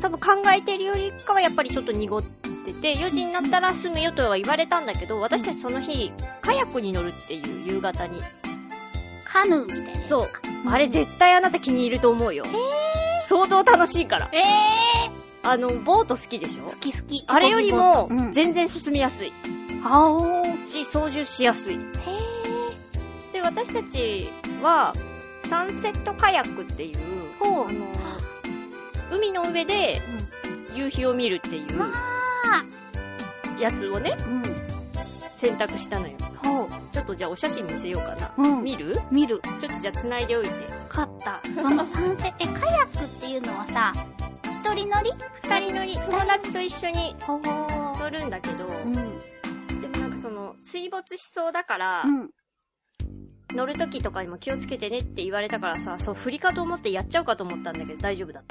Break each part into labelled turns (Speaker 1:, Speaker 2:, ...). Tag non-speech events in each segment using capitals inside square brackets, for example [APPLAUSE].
Speaker 1: 多分考えてるよりかはやっぱりちょっと濁ってて、4時になったら住むよとは言われたんだけど、私たちその日、カヤックに乗るっていう夕方に。
Speaker 2: カヌーみたいな。
Speaker 1: そう。あれ絶対あなた気に入ると思うよ。相当楽しいから。
Speaker 2: ええ
Speaker 1: あの、ボート好きでしょ
Speaker 2: 好き好き。
Speaker 1: あれよりも
Speaker 2: う、ん。
Speaker 1: 全然進みやすい。
Speaker 2: あおー。へ
Speaker 1: し、操縦しやすい。
Speaker 2: え。
Speaker 1: で、私たちは、サンセットカヤックっていう、
Speaker 2: ほう。
Speaker 1: あの海の上で夕日を見るっていうやつをね
Speaker 2: うん。
Speaker 1: 選択したのよ
Speaker 2: ほ
Speaker 1: ちょっとじゃあお写真見せようかな、
Speaker 2: う。うん。
Speaker 1: 見る
Speaker 2: 見る。
Speaker 1: ちょっとじゃあ繋いでおいて
Speaker 2: かった。その三世、え、カヤックっていうのはさ、一人乗り
Speaker 1: 二人乗り友達と一緒に
Speaker 2: ほほー。
Speaker 1: 乗乗るんだけど、
Speaker 2: うん
Speaker 1: でもなんかその、水没しそうだから、
Speaker 2: うん
Speaker 1: 乗る時とかにも気をつけてねって言われたからさ、そう、振りかと思ってやっちゃうかと思ったんだけど、大丈夫だっ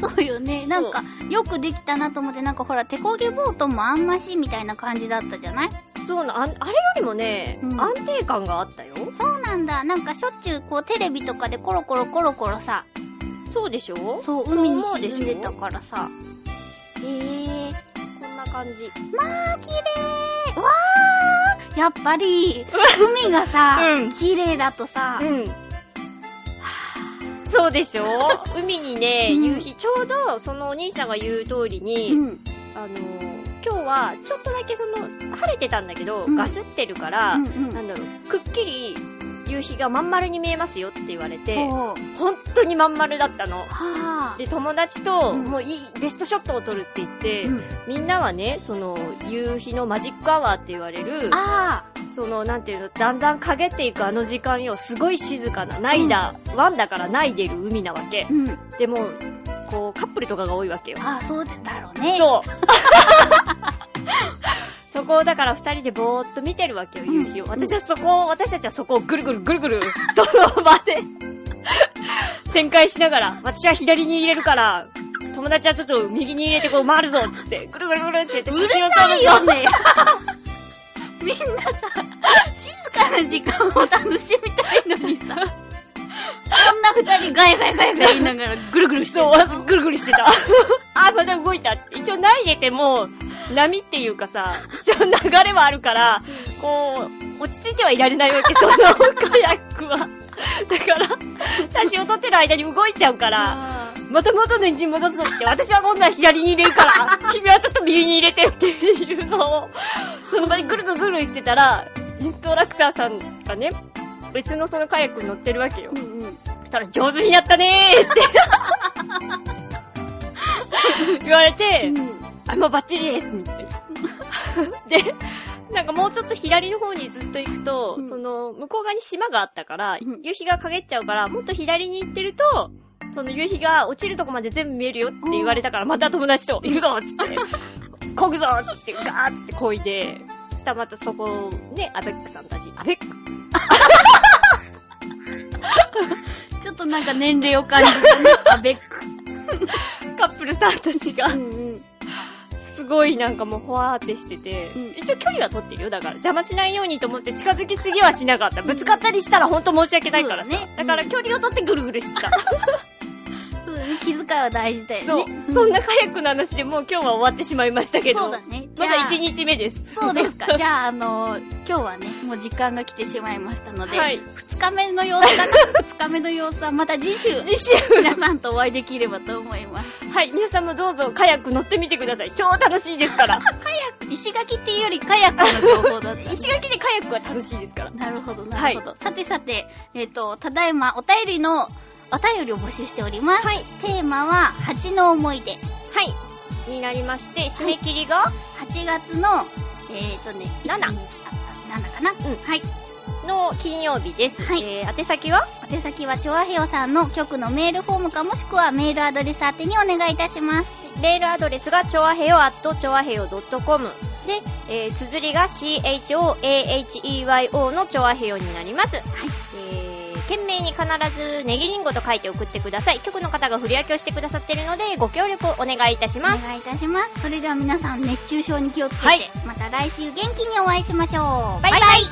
Speaker 1: た。
Speaker 2: そうよねなんかよくできたなと思ってなんかほら手漕ぎボートもあんましみたいな感じだったじゃない
Speaker 1: そうな、ああれよりもね、
Speaker 2: うん
Speaker 1: 安定感があったよ。
Speaker 2: そうなんだなんかしょっちゅうこうテレビとかでコロコロコロコロさ
Speaker 1: そうでしょ
Speaker 2: そう海に
Speaker 1: そう思うでしょ
Speaker 2: 沈んでたからさへえ
Speaker 1: こんな感じ。
Speaker 2: あ綺麗わーやっぱり海がさ、
Speaker 1: [LAUGHS] うん
Speaker 2: 綺麗だとさ、
Speaker 1: うん。そう
Speaker 2: [LAUGHS]
Speaker 1: でしょ海にね、
Speaker 2: うん
Speaker 1: 夕日、ちょうどそのお兄さんが言う通りに、
Speaker 2: うん
Speaker 1: あのー、今日はちょっとだけその、晴れてたんだけど、
Speaker 2: うん
Speaker 1: ガスってるから、
Speaker 2: うんうん
Speaker 1: なんだろう、くっきり夕日がまん丸に見えますよって言われて、
Speaker 2: ほう
Speaker 1: 本当にまん丸だったの。
Speaker 2: はあ
Speaker 1: で、友達と、
Speaker 2: うん
Speaker 1: もういい、ベストショットを撮るって言って、
Speaker 2: うん
Speaker 1: みんなはね、その、夕日のマジックアワーって言われる、
Speaker 2: あ
Speaker 1: その、なんていうの、だんだん陰っていくあの時間よ、すごい静かな、ないだ、湾だからないでる海なわけ
Speaker 2: ー、。うん、
Speaker 1: でも、こう、カップルとかが多いわけよ。
Speaker 2: あーそうだろうね
Speaker 1: そう [LAUGHS] そこをだから二人でぼーっと見てるわけよ、夕日を。
Speaker 2: うん
Speaker 1: 私はそこを、私たちはそこをぐるぐるぐるぐる、その場で、旋回しながら、私は左に入れるから、友達はちょっと右に入れてこう回るぞっつって、ぐるぐるぐるって言って
Speaker 2: うる
Speaker 1: 写真を撮
Speaker 2: さ
Speaker 1: る
Speaker 2: い
Speaker 1: ぞ
Speaker 2: よね [LAUGHS] みんなさ静かな時間を楽しみたいのにさこんな二人ガイガイガイガイ言いながらぐるぐるして
Speaker 1: そう、わずぐるぐるしてた。 [LAUGHS] あ、また動いた。一応投げても、波っていうかさ、一応流れはあるから、こう、落ち着いてはいられないわけ、そのカヤックは。だから、写真を撮ってる間に動いちゃうから、
Speaker 2: あ
Speaker 1: また元の位置に戻すのって、私は今度は左に入れるから、君はちょっと右に入れてっていうのを、その場でぐるぐるぐるしてたら、インストラクターさんがね、別のそのカヤックに乗ってるわけよ。
Speaker 2: ーうんうん
Speaker 1: そしたら上手になったねーって
Speaker 2: [LAUGHS]
Speaker 1: 言われて、あ、もうバッチリですみたいな。で、なんかもうちょっと左の方にずっと行くと、
Speaker 2: うん
Speaker 1: その、向こう側に島があったから、
Speaker 2: うん
Speaker 1: 夕日が陰っちゃうから、もっと左に行ってると、その夕日が落ちるとこまで全部見えるよって言われたから、また友達と、行くぞっつって、こぐぞっつって、ガーっつってこいで、したまたそこをね、アベックさんたち、アベック
Speaker 2: ちょっとなんか年齢を感じる
Speaker 1: [LAUGHS]
Speaker 2: ねあベック
Speaker 1: カップルさんたちが、
Speaker 2: んうん
Speaker 1: すごいなんかもうほわーってしてて、
Speaker 2: うん
Speaker 1: 一応距離は取ってるよだから邪魔しないようにと思って近づきすぎはしなかったぶつかったりしたらほんと申し訳ないからさ、
Speaker 2: そうだね
Speaker 1: だから距離を取ってぐるぐるしてた
Speaker 2: そうだね気遣いは大事だよね
Speaker 1: そう、
Speaker 2: う
Speaker 1: そんなカヤックの話でもう今日は終わってしまいましたけど
Speaker 2: そうだね
Speaker 1: まだ1
Speaker 2: じゃ
Speaker 1: 日目です
Speaker 2: あそうですかじゃああのー今日はねもう時間が来てしまいましたので、
Speaker 1: はい
Speaker 2: 2日目の様子か
Speaker 1: [LAUGHS]
Speaker 2: な2日目の様子はまた次週
Speaker 1: 次週
Speaker 2: 皆さんとお会いできればと思います
Speaker 1: はい皆さんもどうぞカヤック乗ってみてください超楽しいです
Speaker 2: [LAUGHS]
Speaker 1: から
Speaker 2: 石垣っていうよりカヤックの情報だった
Speaker 1: [LAUGHS] 石垣でカヤックは楽しいですから
Speaker 2: なるほどなるほど、さてさてえっ、とただいまお便りのお便りを募集しております、
Speaker 1: はい
Speaker 2: テーマは「蜂の思い出」
Speaker 1: はいになりまして締め切りが、
Speaker 2: 8月のえっ、とね
Speaker 1: 7
Speaker 2: 7かな、
Speaker 1: ん
Speaker 2: はい
Speaker 1: の金曜日です、
Speaker 2: はい
Speaker 1: えー、宛先は
Speaker 2: 宛先はチョアヘオさんの局のメールフォームかもしくはメールアドレス宛てにお願いいたします
Speaker 1: メールアドレスがちょわへよ at ちょわへよ .com で、えー、綴りが CHOAHEYO のちょわへよになります。えー件名に必ずネギリンゴと書いて送ってください。局の方が振り分けをしてくださっているので、ご協力をお願いいたし
Speaker 2: お
Speaker 1: ます。
Speaker 2: 願いいたしますそれでは皆さん熱中症に気をつけて、
Speaker 1: はい
Speaker 2: また来週元気にお会いしましょう
Speaker 1: バイバイ
Speaker 2: イ